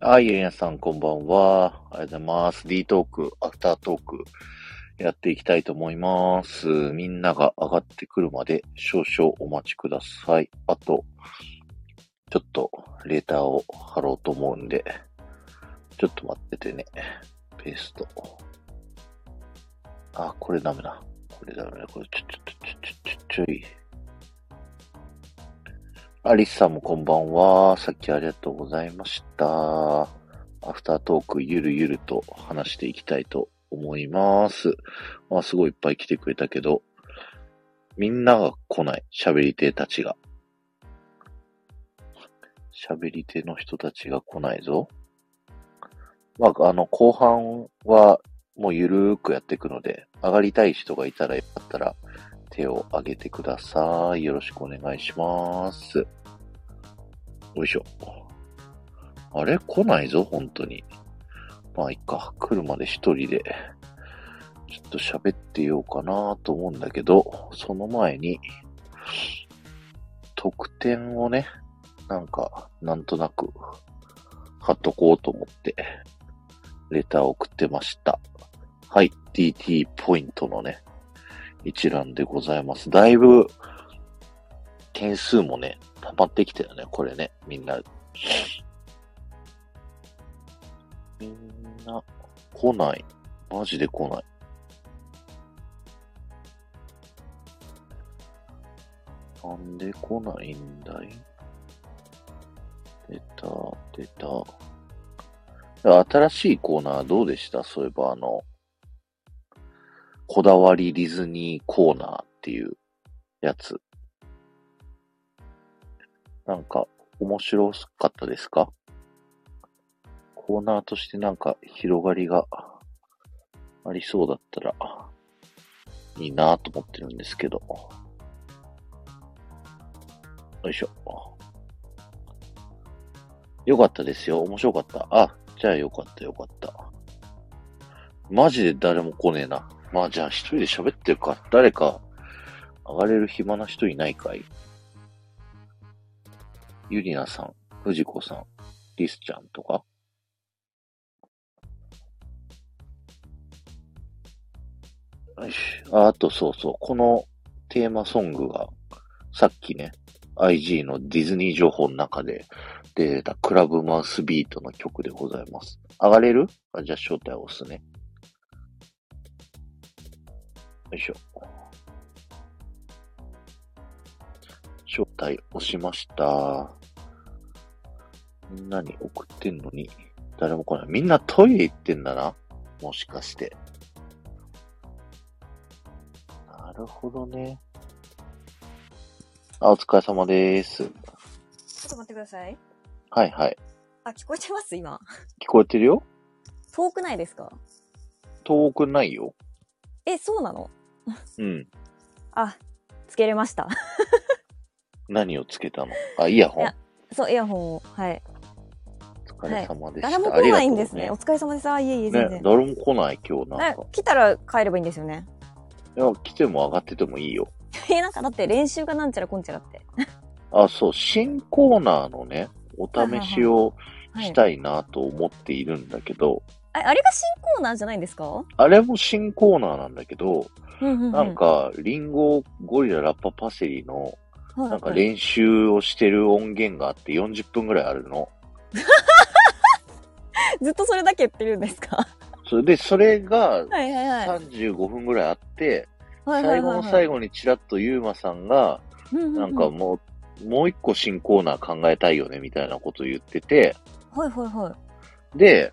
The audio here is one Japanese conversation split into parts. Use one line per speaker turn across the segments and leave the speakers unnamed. はい、ゆりなさん、こんばんは。ありがとうございます。D トーク、アフタートーク、やっていきたいと思います。みんなが上がってくるまで少々お待ちください。あと、ちょっと、レターを貼ろうと思うんで、ちょっと待っててね。ペースト。あ、これダメだ。これダメだ。これ、ちょ、ちょ、ちょ、ちょ、ちょ、ちょい。アリスさんもこんばんは。さっきありがとうございました。アフタートーク、ゆるゆると話していきたいと思います。まあ、すごいいっぱい来てくれたけど、みんなが来ない。喋り手たちが。喋り手の人たちが来ないぞ。まあ、あの、後半はもうゆるーくやっていくので、上がりたい人がいたらよかったら、手を挙げてください。よろしくお願いします。よいしょ。あれ来ないぞ、本当に。まあ、いっか。来るまで一人で、ちょっと喋ってようかなと思うんだけど、その前に、特典をね、なんか、なんとなく、貼っとこうと思って、レターを送ってました。はい、DT ポイントのね、一覧でございます。だいぶ、点数もね、溜まってきたよね、これね、みんな。みんな、来ない。マジで来ない。なんで来ないんだい出た、出た。新しいコーナーどうでしたそういえばあの、こだわりディズニーコーナーっていうやつ。なんか、面白かったですかコーナーとしてなんか広がりがありそうだったらいいなぁと思ってるんですけど。よいしょ。よかったですよ。面白かった。あ、じゃあよかったよかった。マジで誰も来ねえな。まあじゃあ一人で喋ってるか、誰か上がれる暇な人いないかいゆりなさん、藤子さん、リスちゃんとかよし。あ、あとそうそう。このテーマソングが、さっきね、IG のディズニー情報の中で出たクラブマウスビートの曲でございます。上がれるあじゃあ招待を押すね。よいしょ。招待押しました。みんなに送ってんのに、誰も来ない。みんなトイレ行ってんだな。もしかして。なるほどね。あ、お疲れ様です。
ちょっと待ってください。
はいはい。
あ、聞こえてます今。
聞こえてるよ
遠くないですか
遠くないよ。
え、そうなの
うん。
あ、つけれました。
何をつけたのあ、イヤホ
い
ン
や。そう、イヤホンを。はい。
お疲れ様でした。
誰も来ないんです
あり
ね。
が
お疲れ様です。あ、いえいえ、
とうね
全
ね、
然。
誰も来ない今日なん
な
か。
来たら帰ればいいんですよね。
いや、来ても上がっててもいいよ。
え、なんかだって練習がなんちゃらこんちゃらって。
あ、そう、新コーナーのね、お試しを
はい。
したいなと思っているんだけど、
ああれが新コーナーじゃないんですか
あれも新コーナーなんだけど、
うんうん、うん。
なん、か、リンゴ、ゴリラ、ラッパ、パセリの、
はい、
なんか練習をしてる音源があって40分ぐらいあるの。
ずっとそれだけ言ってるんですか
それで、それが
はいはいはい。
35分ぐらいあって、
はいはい
最後
はい、
の
はい。
最後にチラッとユーマさんが、
うんうんうん、
なんかもう、もう一個新コーナー考えたいよね、みたいなこと言ってて、
はいはいはい。
で、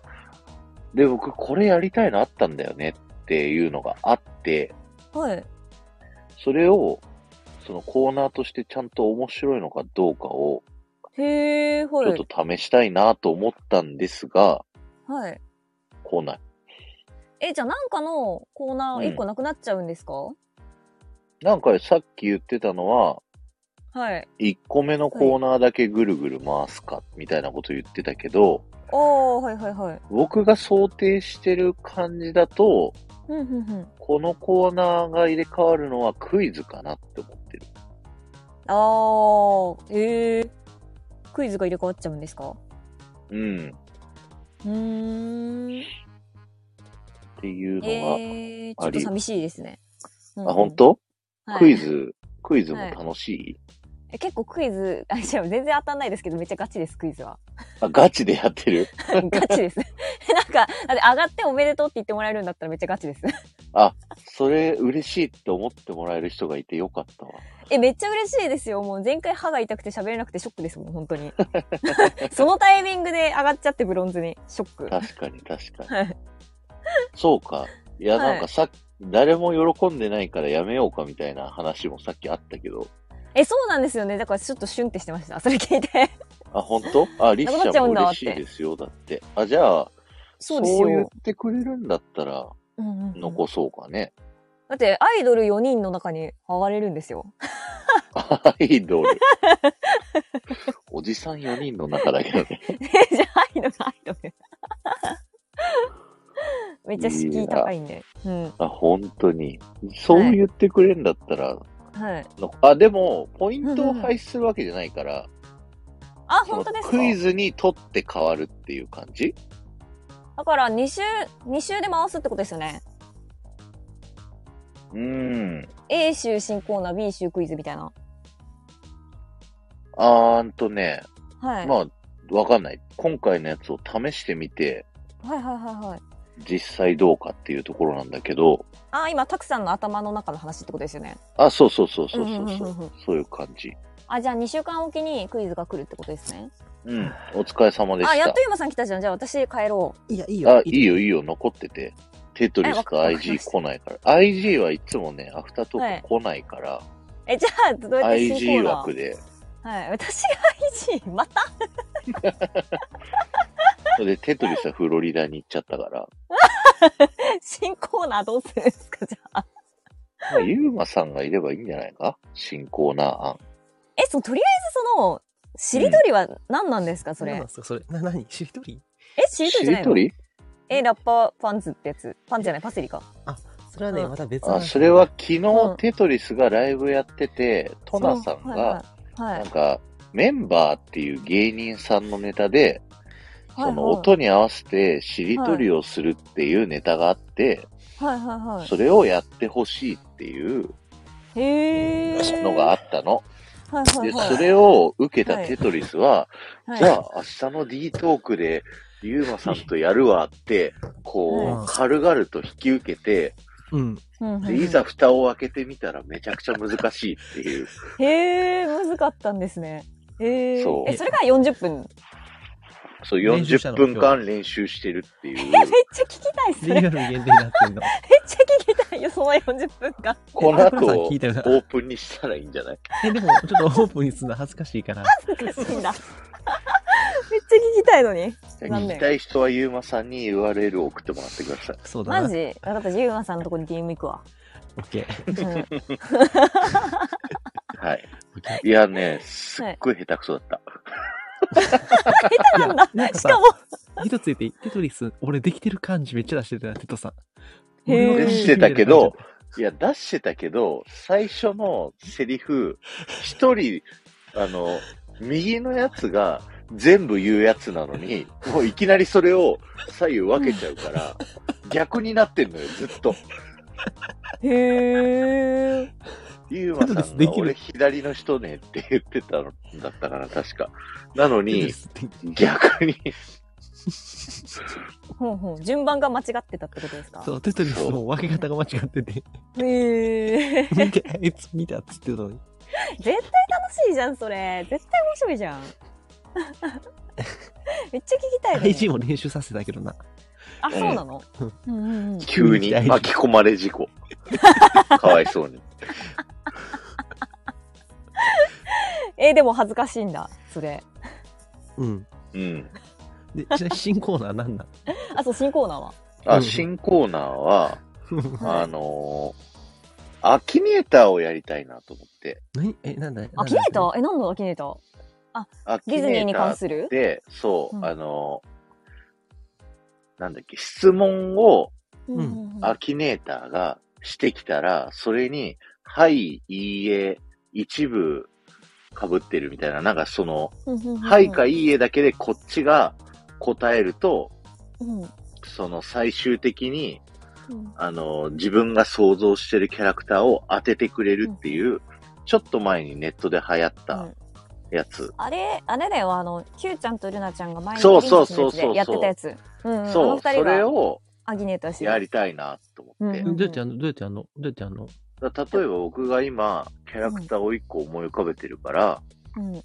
で、僕、これやりたいのあったんだよねっていうのがあって、
はい。
それを、そのコーナーとしてちゃんと面白いのかどうかを、
へー、
ち
は
ょっ
い。
と試したいなと思ったんですが、
はい。
来ない。
え、じゃあなんかのコーナー一個なくなっちゃうんですか、
なんかさっき言ってたのは、
はい。
1個目のコーナーだけぐるぐる回すか、みたいなこと言ってたけど、
ああ、はいはいはい。
僕が想定してる感じだと、
うんうんうん。
このコーナーが入れ替わるのはクイズかなって思ってる。
ああ、ええー。クイズが入れ替わっちゃうんですか
うん。
うーん。
っていうのが、
えー、ちょっと寂しいですね。
あ、本当、
当
クイズ、クイズも楽しい、
え結構クイズ、あ、じゃあ全然当たんないですけど、めっちゃガチです、クイズは。
あ、ガチでやってる
ガチです。 なんか、だって上がっておめでとうって言ってもらえるんだったらめっちゃガチです。
あ、それ嬉しいって思ってもらえる人がいてよかったわ。
え、めっちゃ嬉しいですよ。もう前回歯が痛くて喋れなくてショックですもん、本当に。 そのタイミングで上がっちゃってブロンズに。ショック。
確かに確かに。
はい
そうか。いや、
はい
なんかさっき、誰も喜んでないからやめようかみたいな話もさっきあったけど。
え、そうなんですよね。だからちょっとシュンってしてました。それ聞いて。
あ、本当？あ、リッ
なくなっち
シ
ゃ
ャ
うん
も
だ
嬉
って
しいですよ。だって。あ、じゃあ、
そうですよ。
言ってくれるんだったら、
うんうんうん
残そうかね。
だって、アイドル4人の中に上がれるんですよ。
アイドル。おじさん4人の中だけどね。
えじゃあ、アイドル、アイドル。 めっちゃ敷居高いんで。うん。
あ、本当に。そう言ってくれるんだったら、
はい。
のあ、でも、ポイントを廃止するわけじゃないから、
あ、
その
本当ですか
クイズに取って変わるっていう感じ
だから2週、2週で回すってことですよね。
うーん。
A 週新コーナー、B 週クイズみたいな。
あーんとね、
はい。
まあ、わかんない。今回のやつを試してみて、
はいはいはいはい。
実際どうかっていうところなんだけど、
あ、今、たくさんの頭の中の話ってことですよね。
あ、そうそうそうそうそう
うんうん
そうう、
んうん
そういう感じ。
あ、じゃあ2週間おきにクイズが来るってことですね。
うん、お疲れ様でした。
あ、やっとゆまさん来たじゃん。じゃあ私帰ろう。
いや、いい
あ
よ。、
いいよいいよ、残ってて。テトリスと
えわかわかり
IG
ました
来ないから。IG はいつもね、アフタート
は
ー
い
ク来ないから、
え、じゃあ、どうやって新コ
IG
ーナ
枠
ー
で、
はい。私が IG? また
で、テトリスはフロリダに行っちゃった から、
新コーナーどうするんですかじゃあ。
まあユーマさんがいればいいんじゃないか新コーナー案。
え、その、とりあえずその、しりとりは何なんですか、それ。
何
え
なん、ですかそれ。な、何しりとり
しりとりじゃない
し
の
り
え、ラッパーパンツってやつ。パンツじゃない、パセリか。
それはね、
うん
また別の
あ、
話
それは昨日、
うん
テトリスがライブやってて、トナさんが、
そう、は
な
いはいは
ん
い、
か、メンバーっていう芸人さんのネタで、その
はい
音に合わせてしりとりをするっていうネタがあって、
はいはいは
それをやってほしいっていう
い。へー。
のがあったの。
はいはい
で、
はい。
それを受けた
はい
テトリスは、
はい
じゃあ明日の D トークで、ユーマさんとやるわって、こ、
はいう
軽々と引き受けて、
うん。
うんうんうん
でいざ蓋を開けてみたらめちゃくちゃ難しいっていう。
へえ、難かったんですね。へえ。
そう
え、それが40分。めっ
そう、
練習した
40
の
分間練習してるっていう。
ちゃ聞きたい、そ
リ
れ。
ア
めっ
ル限定になってんの。
ちゃ聞きたいよ、その40分間。
この
桜さん
後、オ
聞いたよな
ープンにしたらいいんじゃない
え、でも、ちょっとオープンにするの恥ずかしいから。
難しいんだ。 めっちゃ聞きたいのに。なん
聞
で
きたい人はユーマさんに URL を送ってもらってください。
そうだな。
マジ分かった、ジューマさんのとこに DM 行くわ。
オッケ ー。
うん
はい。
オッケー。
いやね、すっごい下手くそだった。
いや
なんだ
なんか
し
さ
かも、
一つ言って、テトリス、俺できてる感じめっちゃ出してたな、テトさん。
へー
俺の
してたけど、いや、出してたけど、最初のセリフ、一人、あの、右のやつが全部言うやつなのに、もういきなりそれを左右分けちゃうから、逆になってんのよ、ずっと。
へえ。
ゆうまさん
で
が
きる
俺左の人ねって言ってたのだったから、確か。なの
テトリ
に、
スでき
逆に、
ほうほう、順番が間違ってたってことですか
そう、テトリスの分け方が間違ってて、
へえ。
見て、あいつ見たっつってたのに。
絶対楽しいじゃん、それ。絶対面白いじ ゃん。めっちゃ聞きたいのに
IG も練習させたけどな。
あ、そうなのうんうんうん。
急に巻き込まれ事 故。かわいそうに。
えーでも恥ずかしいんだ、それ。
うん。
うん。
で、ちなみに新コーナーなんだ
あ、そう、新コーナーは。
あ、
うん
新コーナーは、
はい
あのー、アキネーターをやりたいなと思って。
何え、なんだ
アキネーターえ、何のアキネーター
アキ
ディズニーに関
る。
する
で、そう、
うん
あのー、なんだっけ、質問を
うんんうん
アキネーターがしてきたら、それに、はい、いいえ、一部被ってるみたいな、なんかその、
うん。
はいか
い。
いいえだけでこっちが答えると、
うん。
その最終的に、
うん
あの、自分が想像してるキャラクターを当ててくれるっていう、ちょっと前にネットで流行ったやつ。
あれ、あれだよ、あの、キューちゃんとルナちゃんが前に
そうそうそう
リンチのやつでやってたやつ。うん、うん。あ
そ
の
う、
二
そ
人
れ
が
を
アギネーターして
や
る。
りたいなと思って。
うん
どうやってやんのどうやってやんのどうやってやんの
だから例えば僕が今、キャラクターを一個思い浮かべてるから、
うん。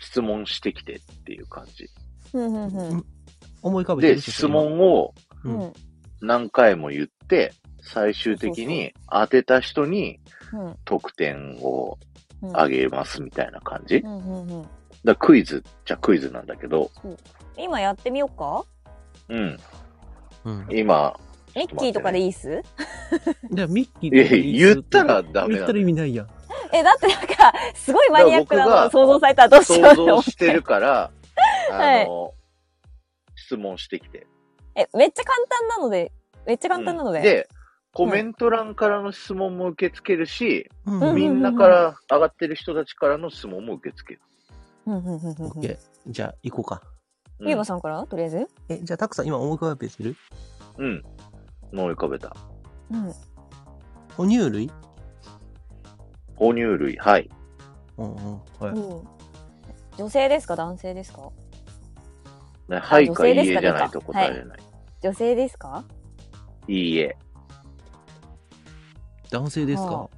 質問してきてっていう感じ。
うんうん
思い浮かべて
で、
る
質問を
う。
うんん
うん。
何回も言って、最終的に当てた人に
うん。
得点を
うん。
あげますみたいな感じ。
うんうんうん。
だからクイズじゃクイズなんだけど、
今やってみようか
うん。
うん。
今、
ミッキーとかでいいっす
じゃあ、ミッキー
いや
とリース
言ったらダメ
言っ
なの
たら意味ないやん。
え、だってなんか、すごいマニアックなのを
だから僕
想
が
像されたらどうしよう
想
って思
像
っ
して
て
る。から、
はい
あの、質問してきて。
え、めっちゃ簡単なので、めっちゃ簡単なの
うん
で。
で、コメント欄からの質問も受け付けるし、
うん
うん
みんなから上がってる人たちからの質問も受け付ける。
うんうんうんうん
オ
う
ッ
ん。
ケー。じゃあ、行こうか。
うん
ゆうばさんからとりあえず
え、じゃあ、たくさん今思い浮かべてる
うん。思い浮かべた。
うん。
哺乳類
哺乳類、はい。
うんうん。は
う
い。
ん女性ですか男性ですか
ね、はいかいい
女性です
え
か
じゃないと答えれない。
女性ですか
い、いえ。
男性ですか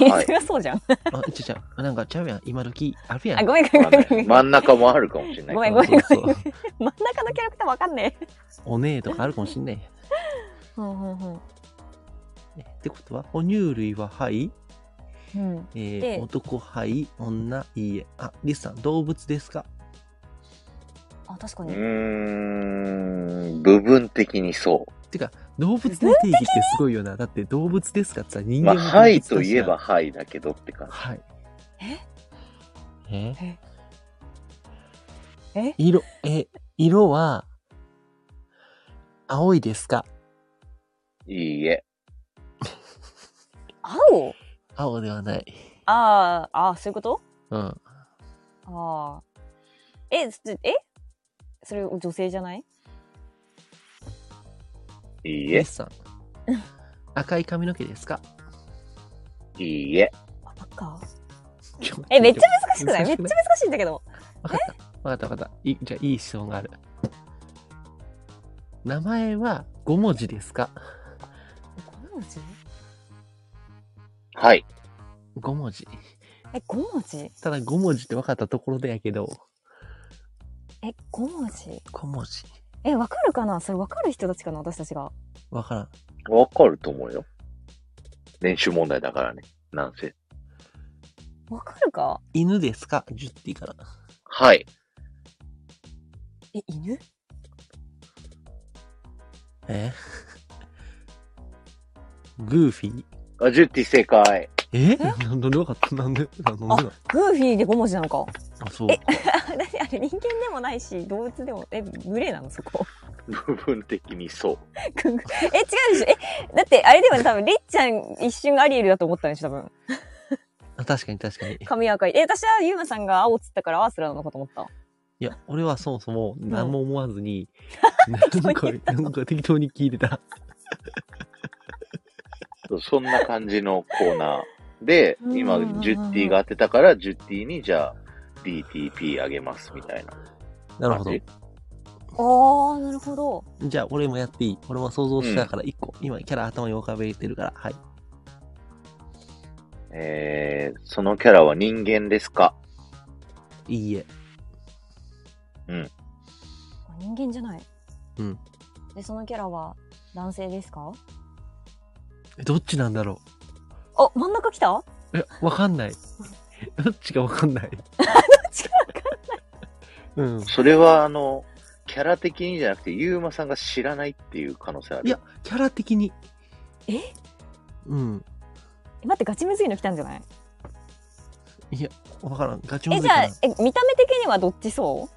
いや、
はい
それはそうじゃん。
あ、ちゃちゃ、あなんかちゃうやん。今時、あるや
あ、
ん。
ごめんごめん
わかんない
ご めん。
真ん中もあるかもしれない。
ごめんごめん
そう
ごめ。
そうん
真ん中のキャラクターわかんねえ。
おねえとかあるかもしんね
うんうん
え。ねってことは、哺乳類ははい、
うん。うん。
え
で
ー、男はい、女いいえ。あ、リスさん、動物ですか
あ、確か
う
に。
ーん、部分的にそ
てか、動物の定義ってすごいよな。だって動物ですかってさ、
う。
人
ま
間
あ、
も動物
はいと
だし
い
な
えば。はいだけどって感じ。
はい。
え
え
ええ
色、え、色は、青いですか
いいえ。
青
青ではない。
ああ、ああ、そういうこと
うん。
ああ。え、すえそれ女性じゃない
いい
レ
え
ス。 さん。赤い髪の毛ですか
いいえ。
あ、バカ。え、
え
めっちゃ難しくないめっちゃ
難しくない
難しいんだけど。
わかった。わかったわかった。いいじゃあ、いい質問がある。名前は5文字ですか
5文字
はい。
?5 文字。
え、5文字
ただ5文字って分かったところでやけど、
え、5文字
5文字。
え、わかるかなそれわかる人たちかな私たちが。
わからん。
わかると思うよ。練習問題だからね。なんせ。
わかるか
犬ですか ?10 っていいから。
はい。
え、犬
えグーフィー。
あ、ジュッティ正解。
えなんで分かったなんでなんでなんで
グーフィーで5文字なのか。
あ、そう。
あだってあれ人間でもないし、動物でも、え、グレーなのそこ。
部分的にそう。
え、違うでしょえ、だってあれではね、多分、りっちゃん一瞬アリエルだと思ったんでしょ、多分。
あ確かに確かに。
髪赤い。え、私はユーマさんが青っつったからアースラなのかと思った。
いや、俺はそもそも何も思わ ずに、なんか、なんか適当に聞いてた。
そんな感じのコーナーで、今、
うんうんうんうん
ジュッティが当てたから、ジュッティにじゃあ、DTP あげますみたいな。
なるほど
マ。
あー、なるほど。
じゃあ、俺もやっていい。俺も想像したから一個。今、キャラ頭に浮かべてるから。はい。
えー、そのキャラは人間ですか
いいえ。
人間じゃない。
うん。
で、そのキャラは男性ですか
えどっちなんだろ
あ、真ん中来た
うえ、わか んない。どっちかわかんない。
違
うん。
それは、あの、キャラ的にじゃなくて、ユーマさんが知らないっていう可能性ある。
いや、キャラ的に。
え
うん。
う。待って、ガチムズいの来たんじゃない
わからん。ガチ
え、
ム
じ
ズ
ゃあ
かな、
え、見た目的にはどっちそ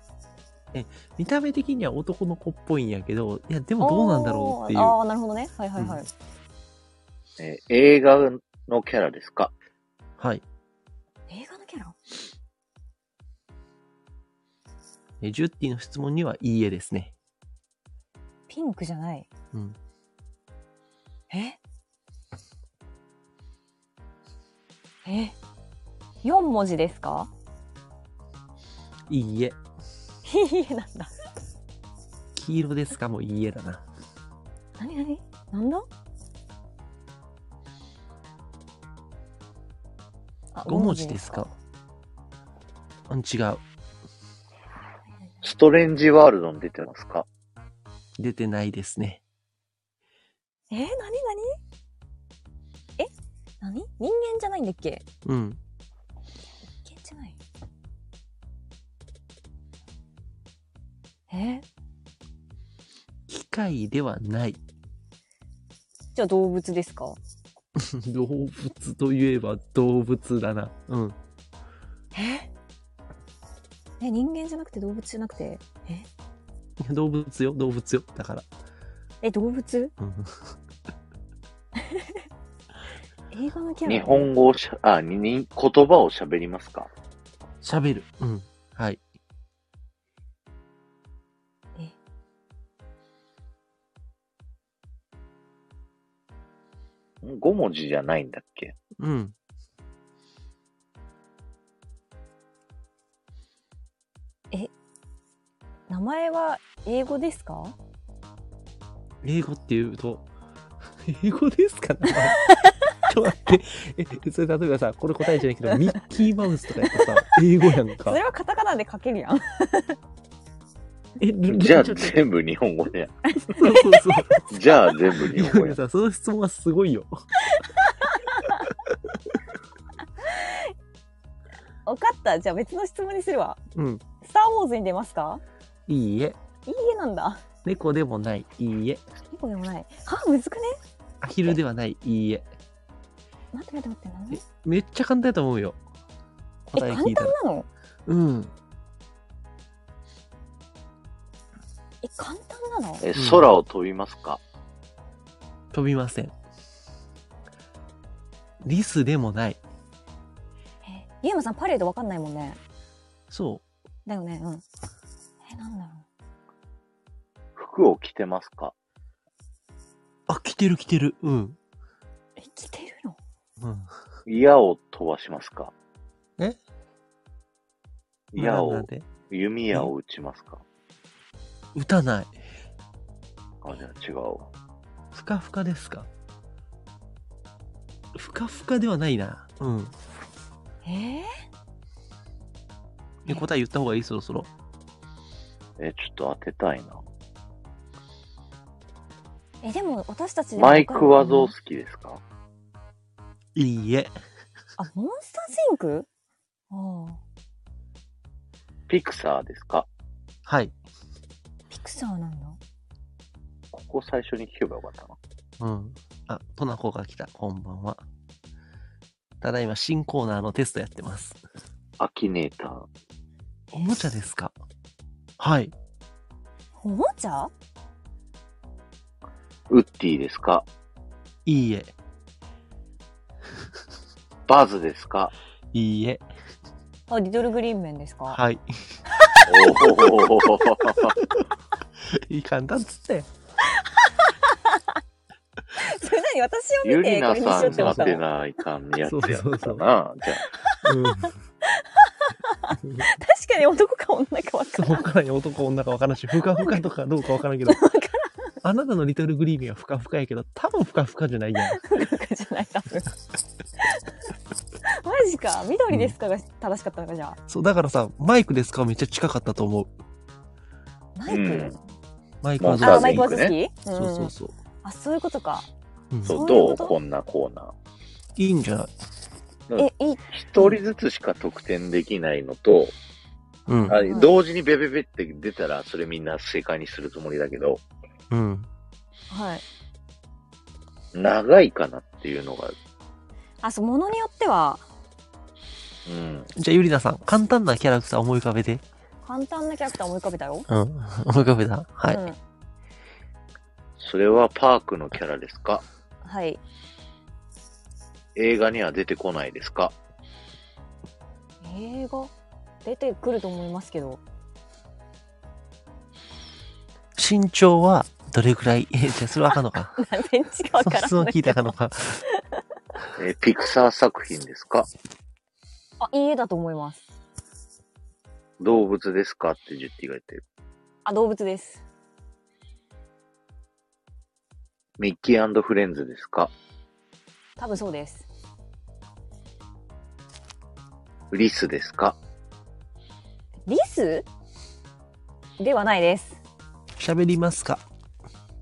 見た目的には男の子っぽいんやけど、いや、で
う
もどうなんだろうってい
おー
う。
あー、なるほどね。はいはいはい。
うん
えー映画のキャラですか
はい。
映画のキャラ
えジュッティの質問には、いいえですね。
ンクじゃない。
うん。
ええ ?4 文字ですか
いいえ。
いいえなんだ。
黄色ですかもいいえだな。
なになになんだあ
5文字ですかうん、違う。
ストレンジワールドに出てますか
出てないですね。
えー、なになにえなに人間じゃないんだっけ
うん。
人間じゃないえ
機械ではない。
じゃあ動物ですか
動物といえば動物だな。うん。
ええ人間じゃなくて動物じゃなくてえ
いや動物よ、動物よ。だから。
え動物
うん
映画のキャラ
日本語をしゃ、あ、に、に言葉を喋りますか
喋る。うん。はい。
?5 文字じゃないんだっけ
うん。
名前は英語ですか
英語っていうと、英語ですかねちょっと待って。え、それ例えばさ、これ答えじゃないけど、ミッキーマウスとかやったらさ、英語やん
そ
か
れ。はカタカナで書けるやん
え、
じゃあ
ちょっと
全部日本語 で。
そうそうそう。
じゃあ全部日本語
いや
や。
さ、その質問はすごいよ。
分かったじゃあ別の質問にするわ
うん。
「スター・ウォーズ」に出ますか
いいえ。
いいえなんだ
猫でもない。いいえ。
猫でもないはむずくね
アヒルではない。いいえ。
待って待って待って
めっちゃ簡単だと思うよ。
え
答え
簡
聞いた
単
ら。
なの
うん。
え簡単なの
え、空を飛びますか、
飛びません。リスでもない。
えゆうまさんパレードわかんないもんね
そ
だよねうんえなんだろう
服を着てますか
う。あ、来てる来てる。うん。
え生きてるの
うん。
矢を飛ばしますか
え
矢
なん
を、
で
弓矢を打ちますか
打たない。
あ、じゃあ違うわ。
ふかふかですかふかふかではないな。うん。
え
え、答え言った方がいいそろそろ。
え、ちょっと当てたいな。
ー、えでも私たちでも
マイ
わか
ク
る
ワゾウ好きですか
いいえ。
あモンスターズインクああ
ピクサーですか
はい。
ピクサーなんだ
ここ最初に聞けばよかったな。
うん。あ、トナコが来た。こんばんは。ただいま新コーナーのテストやってます。
アキネーター。
おもちゃですかはい。
おもちゃ
ウッディですか
いいえ。
バズですか
いいえ。
あリトルグリーンメンですか
はい。
おお。
いい簡単っ つって。
それ何私を
ゆ
見
り
てこ
な
れにし
さ
ようんって思
が
った
て
の
ないかんやつや
そう
った
そう
な。じゃ
うん。
確かに男か女か分か
そうわからんよ男女かわからんし、ふかふかとかどうかわからんけど。あなたのリトルグリーミーはふかふかやけど、多分ふかふかじゃないやん。
らんかじゃない多分マジか緑ですかが正しかったのかじゃ
そう、だからさ、マイクですかめっちゃ近かったと思う。
あマイ
う
ク、
ん
マイク
モンスタ
あ
ー
マ
ズ
イ
イ
ク
ン
は
クね
好き
そうそうそう。
あそういうことか
うん
あ、、そう、
そういう
ど
こ
う
と
こんなコーナー。
いいんじゃない
えいい
一人ずつしか得点できないのと、
うん
あ。
うん
同時にベベベって出たら、それみんな正解にするつもりだけど、
うん。
はい
長いかなっていうのが、
あそうものによっては
うん。
じゃあ、ゆりなさん、簡単なキャラクター思い浮かべて。
簡単なキャラクター思い浮かべたよ、
うん。思い浮かべたはい。
うん
それはパークのキャラですか
はい
映画には出てこないですか
映画出て くると思いますけど
身長はどれぐらい、え、じゃあそれはあかんのか。
何センチかわから
そその
ない
聞いたらあかんのか。
えーピクサー作品ですか
あ EU だと思います
動物ですかってジュッティが言ってる。
あ動物です
ミッキーフレンズですか
多分そうです
リスですか
リスではないです
喋りますか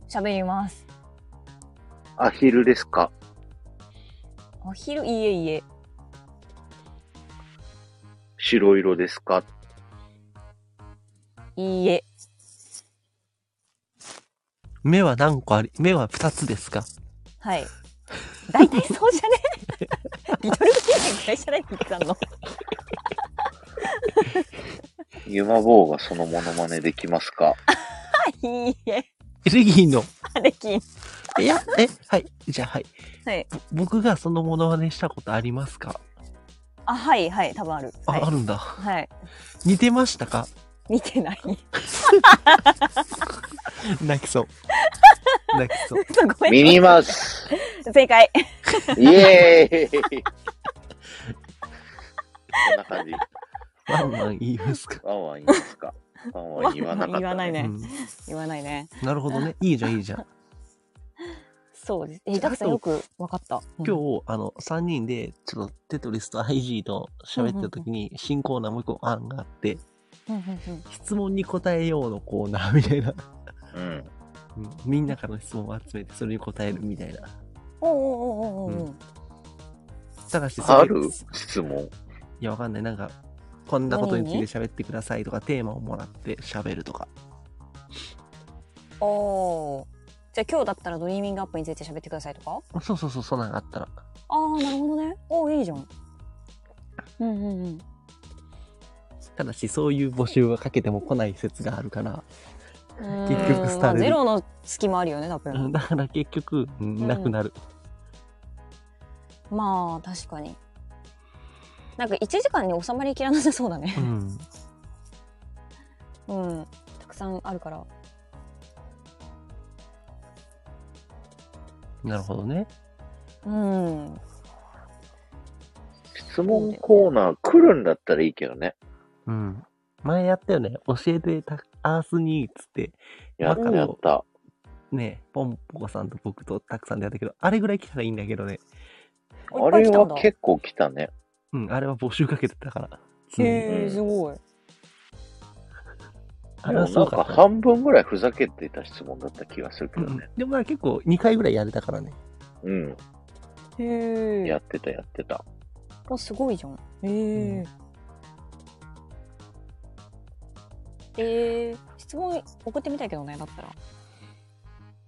喋ります
アヒルですか
お昼いいえいいえ
白色ですか
いいえ
目は何個あり、目は2つですか
はい大体そう じゃねリトルキーメンぐらいじゃないピックさんの
ユマボーがそのモノマネできますか
いいえ
レギーの。
あれき
いや、え、はい。じゃあはい。
はい
僕がそのモノマネしたことありますか
あはいはい多分ある
あ、
はい
あるんだ。
はい
似てましたか
見てない
泣きそう。泣きそう。
そうごめ
ミ
んなさい
ニマス
正解
イエーイこんな感じ。
ワンワン言いますか、
ワンワン言いますかワンワン言わなかった、
言わないね
うん。
言わないね
なるほどね。いいじゃん、いいじゃん。
そうですえたくさんよくわかった
今日、あの、3人で、ちょっとテトリスと IG と喋ってた時に、新コーナーもう一個案があって、
うんうんうんうん
質問に答えようのコーナーみたいな。
うん。
うんみんなからの質問を集めて、それに答えるみたいな。
おうおうおうおうおう
う探して
ある
い
質問。
や、わかんない。なんか、こんなことについて喋ってくださいとか、テーマをもらって喋るとか。
おーじゃあ今日だったらドリーミングアップについて喋ってくださいとか
そうそうそう、そんなのがあったら。
ああなるほどねおーいいじゃんうんうん うん
ただし、そういう募集はかけても来ない説があるから、
結
局廃れる
まあ、ゼロの隙間あるよね多
うん
分
だから結局、うんなくなる。
まあ確かになんか1時間に収まりきらなさそうだね
うん
うんたくさんあるから
なるほどね。
うん
質問コーナー来るんだったらいいけどね。
うん。前やったよね。教えてた、アースニーっつって、
やった
わかる
やった。
ね、ポンポコさんと僕とたくさんでやったけど、あれぐらい来たらいいんだけどね。
あれは結構来たね。
うん、あれは募集かけてたから。
へ
うん
えすごい
あれ
も
は
う
す
な
ご
ん
か
か
った。
半分ぐらいふざけてた質問だった気がするけ
う
ど
ん
ね。
でもまあ結構2回ぐらいやれたからね。
うん。
へ
や
え
ってたやってた。
すごいじゃんへえ
うん
えー、質問送ってみたいけどねだったら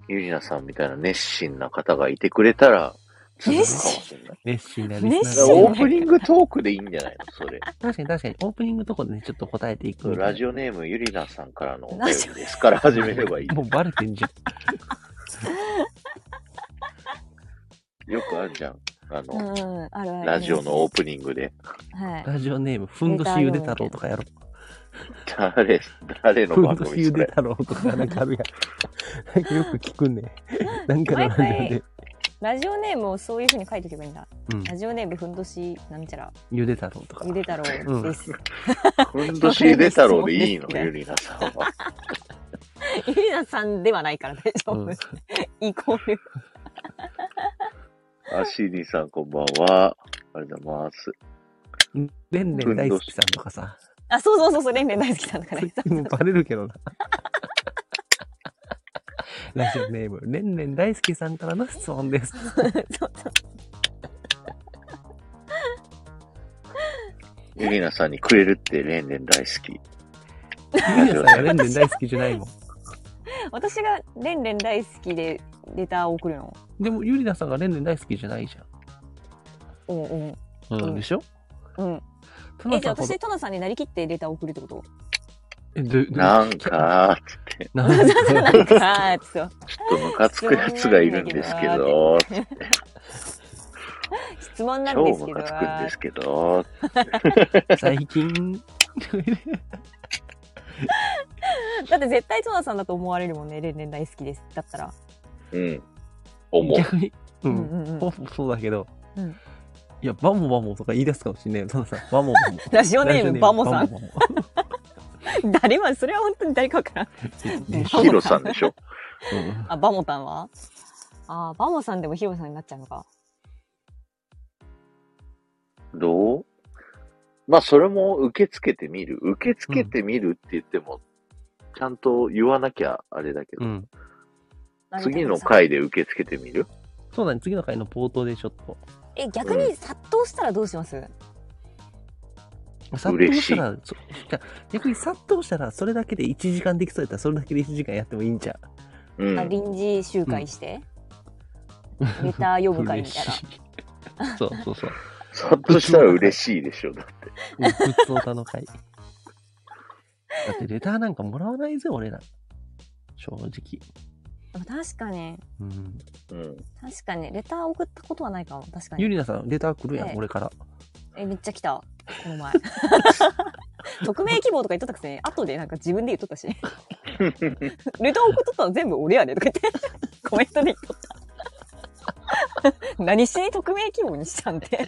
ゆりなさんみたいな熱心な方がいてくれたら、続くかもしれない。
熱心なリスナー
熱
だから
心
オ
な
ープニングトークでいいんじゃないのそれ。
確かに確かに、オープニングとこでね、ちょっと答えていくみたいな。
ラジオネームゆりなさんからのお便りですから始めればいい。
もうバレてんじゃん。
よくあるじゃん。あ
う
の、
んうんあるある
ラジオのオープニングで。
はい
ラジオネーム、ふんどしゆで太郎とかやろう。
誰、誰の
ふん
番
どし
組
ゆ
そ
で
れ。
太郎とかなんかあるやん。なんかよく聞くね。 なんかのラジオで。
ラジオネームをそういうふうに書いておけばいいんだ
うん。
ラジオネームふんどしなんちゃら
ゆで太郎とか
ゆ。で太郎です、
ふんどしゆで太郎でいいのゆりなさんは。
ゆりなさんではないから大丈夫、
うん
イコール
アシーニーさんこんばんは。ありがとうございます。
レンレン大好きさんとかさ。
あそうそうそうそうレンレン大好きさんだからね
もうバレる けどな。ラジオネーム、レンレン大好きさんからの質問です。
そうそう
ゆりなさんにくれるってレンレン大好き。
ゆりなさんがレンレン大好きじゃないもん。
私がレンレン大好きでレターを送るの
でも、ゆりなさんがレンレン大好きじゃないじ
うんうん
ゃん。うん、でしょ
うん
ト
え
ナ
じゃあ
さんほど
私、トナさんになりきってレターを送るってこと
え、ど、ど
なんか、ち
なんか
なんかあーそう
ょっとムカつくやつがいるんですけど、
質問なんで
超
すけ
ム
ど
カつくんですけど、
最近、
だって絶対トナさんだと思われるもんね、連連大好きです。だったら。
うん。思う。
逆に、
う
う、
んんうんう
バ
ん。
モそうだけど、
うん
いや、バモバモとか言い出すかもしれないよ、トナさん。バモバモ。
ラジオネームバモさ
ラ
ん
ジ。オネームバ モ
誰も、それは本当に誰かわからん。
バモ
バモ
ヒロさんでしょ
うん
あ、バモタンはあーバモさんでもヒロさんになっちゃうのか。
どうまあ、それも受け付けてみる。受け付けてみるって言っても、ちゃんと言わなきゃあれだけど、
うん。
次の。回で受け付けてみる
そうだね、次の回の冒頭でちょっと。
え、逆に殺到したらどうします、
殺到したら、そじゃ逆に殺到したら、それだけで1時間できそうやったら、それだけで1時間やってもいいんじゃん。
う
あ
ん。
臨時集会して、ネタ読む会みた いな
嬉。しいそうそうそう。
そっとしたら嬉しいでしょ。だって。
うんふつおたの会。だ ってレターなんかもらわないぜ、俺ら。正直。
でも確かに、
うん。
うん。
確かに、レター送ったことはないかも。確か
ゆ
に。
りなさん、レター来るや
え
ん、
え
俺から。
え、めっちゃ来た。この前。 匿名希望とか言っとったくせに、後でなんか自分で言っとったし。レター送っとったの全部俺やでとか言って、コメントで言っとった。何しに匿名希望にしたんて。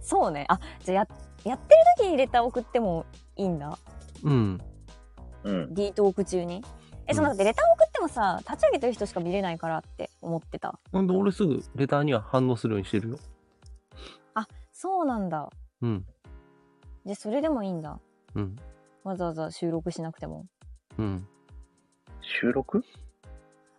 そうね。あ、じゃあや、やってる時にレター送ってもいいんだ。
うん。
うん。
D トーク中に。え、その
う
だってレター送ってもさ、立ち上げてる人しか見れないからって思ってた。
ほんで、俺すぐレターには反応するようにしてるよ。
そうなんだ。
うん。
じゃあそれでもいいんだ。
うん。
わざわざ収録しなくても。
うん。
収録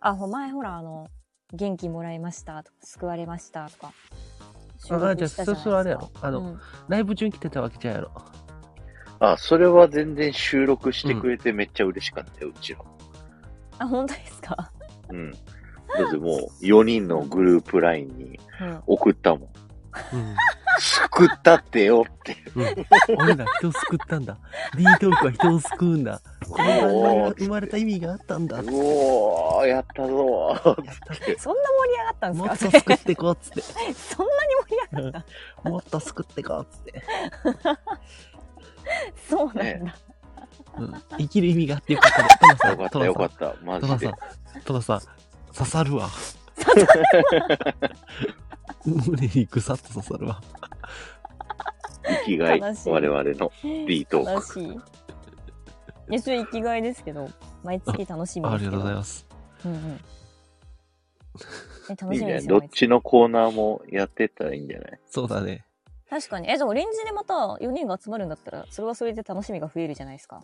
あ、ほ前ほら、あの、元気もらいましたとか、救われましたとか。
ああじゃあ
収録したないですか
そそれあれやろあの
うん
ライブ中に来てたわけじゃんやろ。
あ、それは全然収録してくれてめっちゃ嬉しかったよ、うちの。
あ、本当ですか。
うん。だってもう、4人のグループラインに
うん、
送った もん。
うん。
救ったってよって。
うん。俺ら人を救ったんだ。D トークは人を救うんだ。この番組が生まれた意味があったんだ。やっ
うおー、やったぞー。
たぜ
そんな盛り上がったん
もっ
です
と
か。
救ってこうっつって。
そんなに盛り上がった。
もっと救ってこうっつって。
そうなんだ。
ね
うん。生きる意味があってよかったね。トマさ
よ
ん、
かっ
ト
た、よか
マさん
った。マ
トマ
ジ
さ
で
ん。、トマさん、刺 さるわ。胸にぐさっと刺さるわ。
生きがい、
悲しい
我々の D トー
悲
ク。
しい。いや、それ生きがいですけど、毎月楽しみ
あ
で
り
すけど。
がとうござい
ま
ます。
す。うんうん。え、楽
いいん
し
じゃな
みで
い
す
ど
よ。
っちのコーナーもやってったらいいんじゃない
そうだね。
毎月確かに。え、じゃあ、オレンジでまた4人が集まるんだったら、それはそれで楽しみが増えるじゃないですか。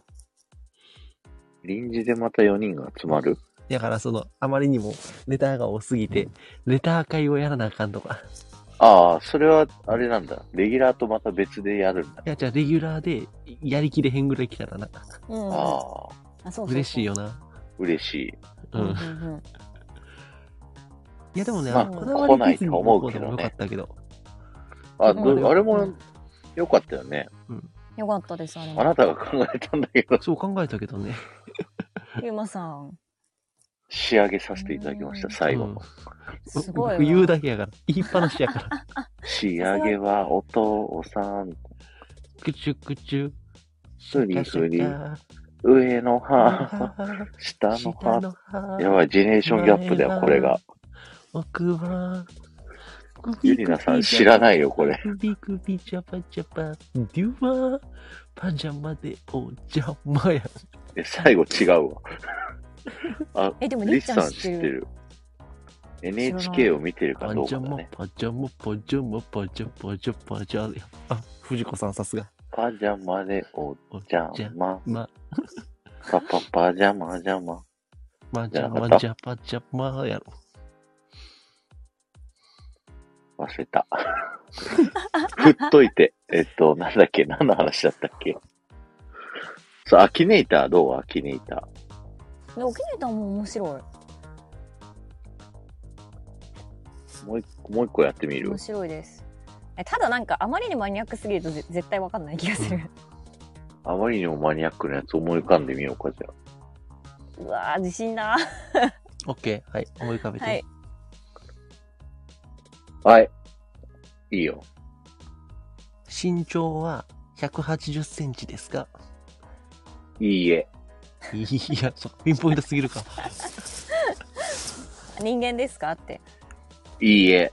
臨時でまた4人が集まる
だからその、あまりにもレターが多すぎて、レター会をやらなあかんとか。
ああ、それは、あれなんだ。レギュラーとまた別でやるんだ。
いや、じゃあレギュラーでやりきれへんぐらい来たらな。
うん。
あ
あ、
あ、
そうそうそう
嬉しい。よな。
嬉しい。
う
うんうん
ん。
うん。
いや、でもね、
ま
あ
こだわりディズニーのコーナーもよ
来ないとは思うけどね
かったけど。
あ、
うん
どあれ
う
も
ん
良かったよね。
よかったです、あれ
あ
も。
なたが考えたんだけど、
そう考えたけどね。
ゆうまさん。
仕上げさせていただきました、最後。
うん
すごいわ
僕言うだけやから。言いっぱなしやから。
仕上げはお父さん、
くちゅくちゅ。
ふりふり
シャカ
上の
シ
歯、
ャカ
下の歯。
歯
やばい、ジェネレーションギャップだよ、これが。。
僕は、
ゆりなさん知ら
い。
ないよ、これ。
ビクビジャパジャパ、デュワー、パジャマでお邪魔や。
え最後違う わ。あ、
え、でも、り
リ
っ
ス
ちゃ
さ
ん
ん
知っ
知
て
って
る。
る。NHK を見てるか
パ
どう
ジ
か
ャ
だ
マ
ね。、
パジャマ、パジャマ、パジャマ、パジャマ、パジャマ。あ、藤子さんさすが。
パジャマでお
お
じゃま。
ま、
パパパジャマジャマ。
まじゃ
じゃなか
ま
った
じゃパジャマやろ。
忘れた。振っといて。えっと、なんだっけ何の話だったっけそう、アキネイターどうアキネイター。
でも、沖縄たも面白
もう一個、もう一個やってみ
い。
る
面。白いです。えただなんか、あまりにマニアックすぎるとぜ絶対わかんない気がする。
あまりにもマニアックなやつ思い浮かんでみようか、じゃ
うわー、自信だ。
オッケー、はい、思い浮かべ
はい
て。。
あ。はい。いいよ。
身長は180センチですか
いいえ。
いや、そピンポイントすぎるか。
人間ですかって。
いいえ。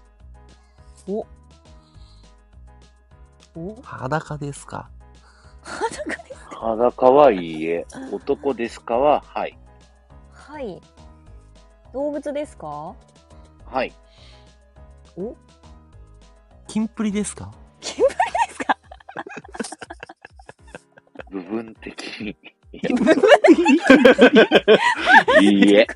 お。お
裸ですか
裸はいいえ。男ですかは、はい。
はい。動物です か
はい。
お
キンプリですか
部分的に。
部分的に
いいえ。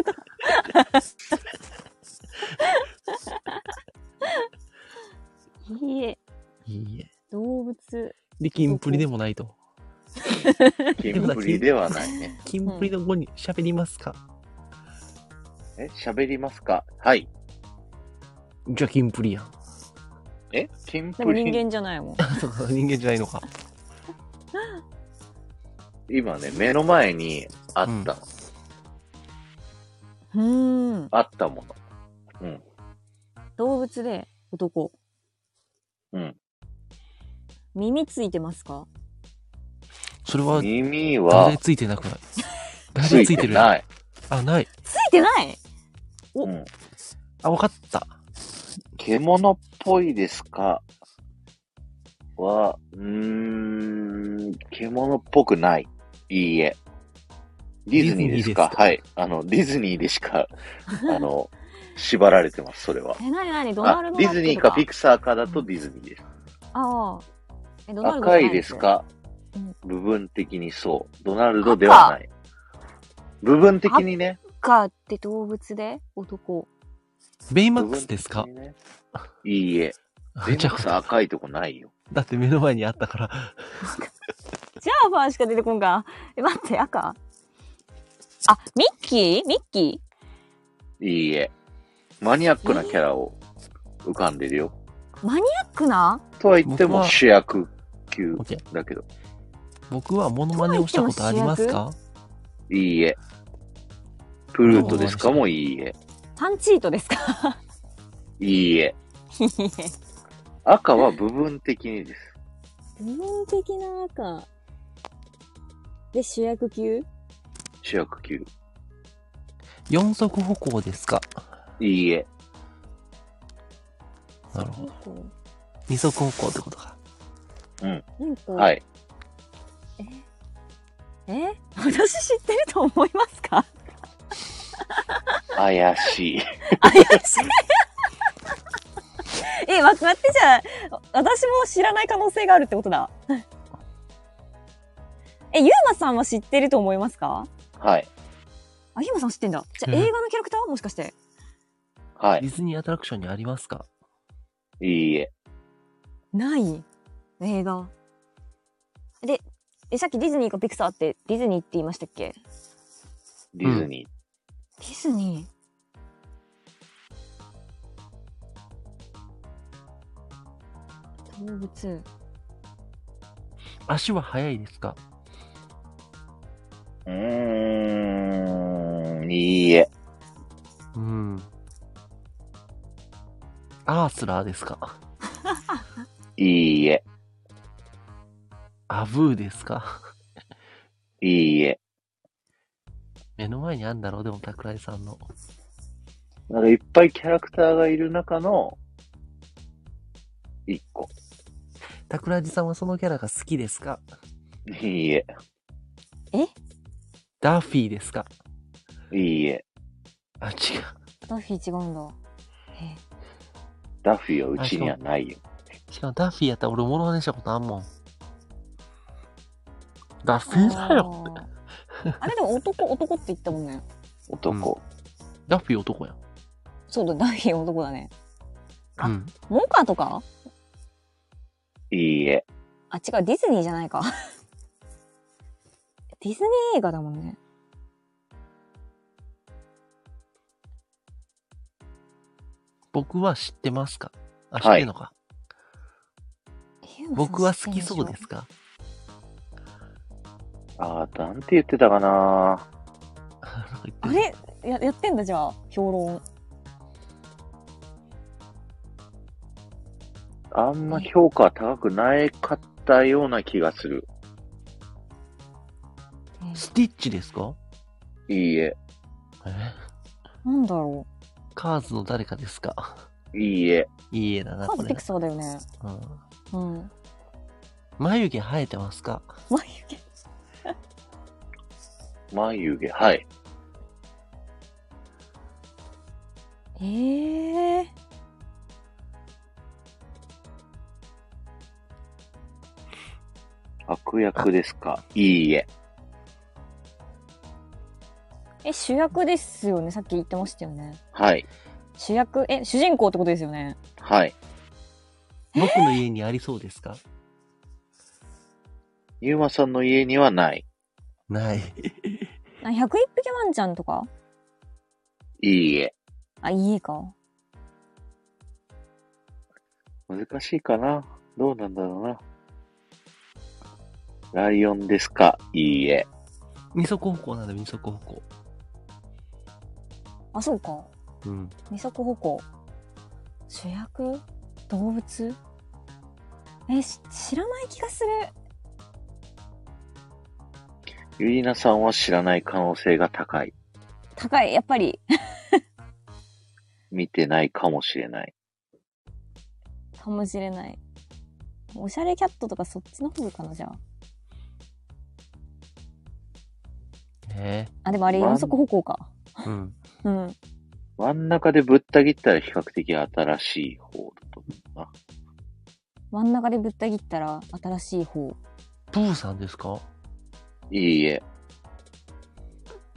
いいえ。
いいえ。
動物。
で、キンプリでもないと。
キンプリではないね。
キンプリの後に喋りますか、
え、喋りますかはい。
じゃあキンプリやん。
え、キン
で
プ
も人
リ、
間じゃないもん。
そうか 人間じゃないのか。
今ね、目の前にあった、
うん
うーん。
あったもの。うん。
動物で男。
うん。
耳ついてますか
それは、
耳
誰
は、
ついてなくない
つ
誰
い
つい
て
てる
ない。
あ、ない。
ついてないお
うん。
あ、わかった。
獣っぽいですかは、うーん、獣っぽくない。いいえ。ディズニーですか
ディズニーですか
はい。あの、ディズニーでし か、あの、縛られてます、それは。
え、なになにドナ
あ
ルド
ディズニーかピ
ク
クサーかだとディズニーです。
ああ。え、ドナルドじゃな
赤
ん
いですか
うん
部分的にそう。ドナルドではない。部分的にね。
赤って動物で男。
ベイマ
部
ック
分
ス
的
ですか
にねいいえ。
あ
全
じゃ
然
あ、
さ、赤いとこないよ。
だって目の前にあったから。
ジャーファーしか出てこんか。え、待って、赤あ、ミッキーミッキ
いいえ。マニアックなキャラを浮かんでるよ。
ーマニアックな
とは言っても
僕は
主役級
オッケー
だけど。
僕はモノマネをしたことありますか
いいえ。プルートですかもいいえ。
パンチートですか
いいえ。
いいえ
赤は部分的にです。
部分的な赤。で、主役級
主役級。
四足歩行ですか
いいえ。
なるほど。二足歩行ってことか。
なんか、
はい。
え私知ってると思いますか
怪しい。
怪しい。え、待って、待って、じゃあ、私も知らない可能性があるってことだ。 え、ゆうまさんは知ってると思いますか
はい。
あ、ゆうまさん知ってんだ。じゃあ、
うん
映画のキャラクターもしかして。
は
デ
い。
ィズニーアトラクションにありますか
いいえ。
ない映画。で、え、さっきディズニーかピクサーって、ディズニーって言いましたっけ
ディズニ
ディズニー。動物。
足は速いですか
ー。うーん。いいえ。
うん。アースラーですか
いいえ。
アブーですか
いいえ。
目の前にあんだろうでも桜井さんの。
なんかいっぱいキャラクターがいる中の、一個。
桜井さんはそのキャラが好きですか
いいえ。
ダッフィーですか
いいえ。
あ、違う。
ダッフィー違うんだ。え
ダッフィーはうちにはないよ。
しかもダッフィーやったら俺モノマネしたことあんもん。ダッフィーだよって。
あーあれでも男、男って言ったもんね。
男。
ダッフィー男やん。
そうだ、ダッフィー男だね。あ
うん。
モカとか
いいえ。
あ、違う、ディズニーじゃないか。 ディズニー映画だもんね。
僕は知ってますかあ、知っ
はい
てんのか、
ユーマさん
僕は好きそう
知って
で
んし
すか
ああ、なんて言ってたかな
ょ。あれややってんだ、じゃあ、評論。
ああんま評価は高くないかったような気がする。
スティッチですか
いいえ、
え
なんだろ
カーズの誰かですか
いいえ。
いい絵だな、
う。カ
こ
ズピ
れ
ク。サーだよね。
うん
うん。
眉毛生えてますか
眉毛。
眉毛、はい。
ええ
悪役ですかいいえ。
え、主役ですよね。さっき言ってましたよね。
はい。
主役、え、主人公ってことですよね。
はい。
僕の家にありそうですか
ゆうまさんの家にはない。
ない。
あ101匹ワンちゃんとか
いいえ。
あ、いいか。
難しいかなどうなんだろうな。ライオンですかいいえ。
二足歩行なんだ、二足歩行。
あ、そうか。
うん。
二足歩行。主役動物え、し知らない気がする。
ゆりなさんは知らない可能性が高い。
高い、やっぱり。
見てないかもしれない。
かもしれない。おしゃれキャットとかそっちの方かな、じゃあ。
ね
あ、でもあれ
ワン
四足歩行か。
え。うん。
うん。
真ん中でぶった切ったら比較的新しい方だと思うな。
真ん中でぶった切ったら新しい方。
プーさんですか
いいえ。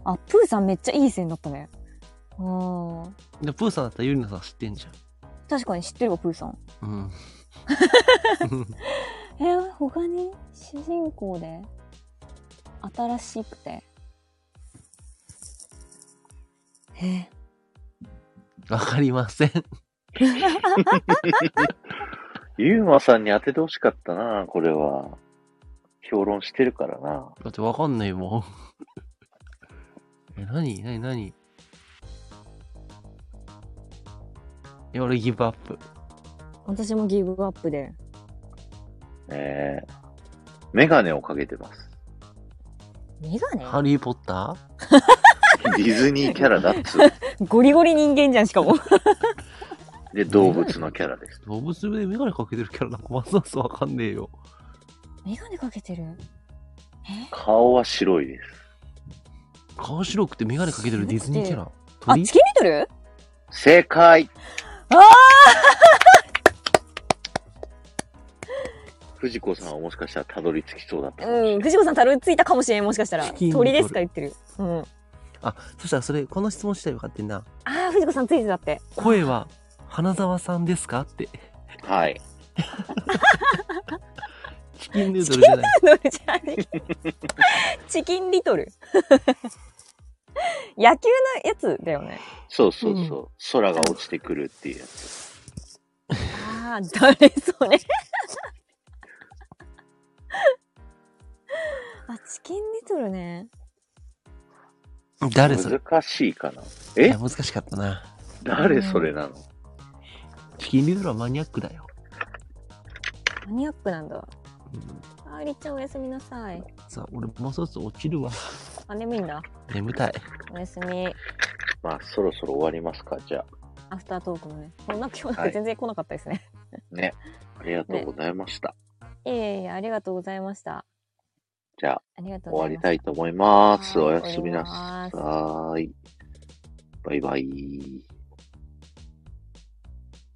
あ、プーさんめっちゃいい線だったね。うん。
でプーさんだったらゆりなさん知ってんじ
確かに知ってるわ、プーさん。
ゃん。うん。
えー、他に主人公で新しくて。え
わかりません。
ゆうまさんに当ててほしかったな、これは。評論してるからな。
だってわかんないもん。え、なになになにえ、俺ギブアップ。
私もギブアップで。
えー、メガネをかけてます。
メガネ
ハリーポッタ
ディズニーキャラだっつう。
ゴリゴリ人間じゃん、しかも。
で、動物のキャラです。
ー動物でメガネかけてるキャラなんかますますわかんねえよ。
メガネかけてるえ
顔は白いです。
顔白くてメガネかけてるディズニーキャラ。
あ、
鳥
チキリトル
正解
あ
藤子さんはもしかしたらたどり着きそうだったかもしれない
うん、藤子さんたどり着いたかもしれん、もしかしたら。
チキリトル
鳥ですか言ってる。うん。
あ、そしたらそれ、この質問したいよかってんな。
ああ、藤子さんついてたって。
声は、花沢さんですかって。
はい。
チキンヌードルじゃない。
どれじゃねチキンリトル。 野球のやつだよね。
そうそうそう。空が落ちてくるっていうやつ。
ああ、誰それ。あ、チキンリトルね。
誰それ
難しいかな。
い
え
や難しかったな。
誰それなの
チキンヌードルはマニアックだよ。
マニアックなんだ。
うん
あーりっちゃんおやすみなさい。
さあ、俺もうそろそろ落ちるわ。
あ、眠いんだ。
眠たい。
おやすみ。
まあ、そろそろ終わりますか。じゃ
アフタートークもね。こんな今日な
は
んか
い
全然来なかったですね。
あ、ね。ありがとうございました。
い、えいえ、ありがとうございました。
じゃあ、
ありがとう
終
ご
わ
ざい
り
ました
いと思います。
は
お
い
やすみなさい。バイバイ。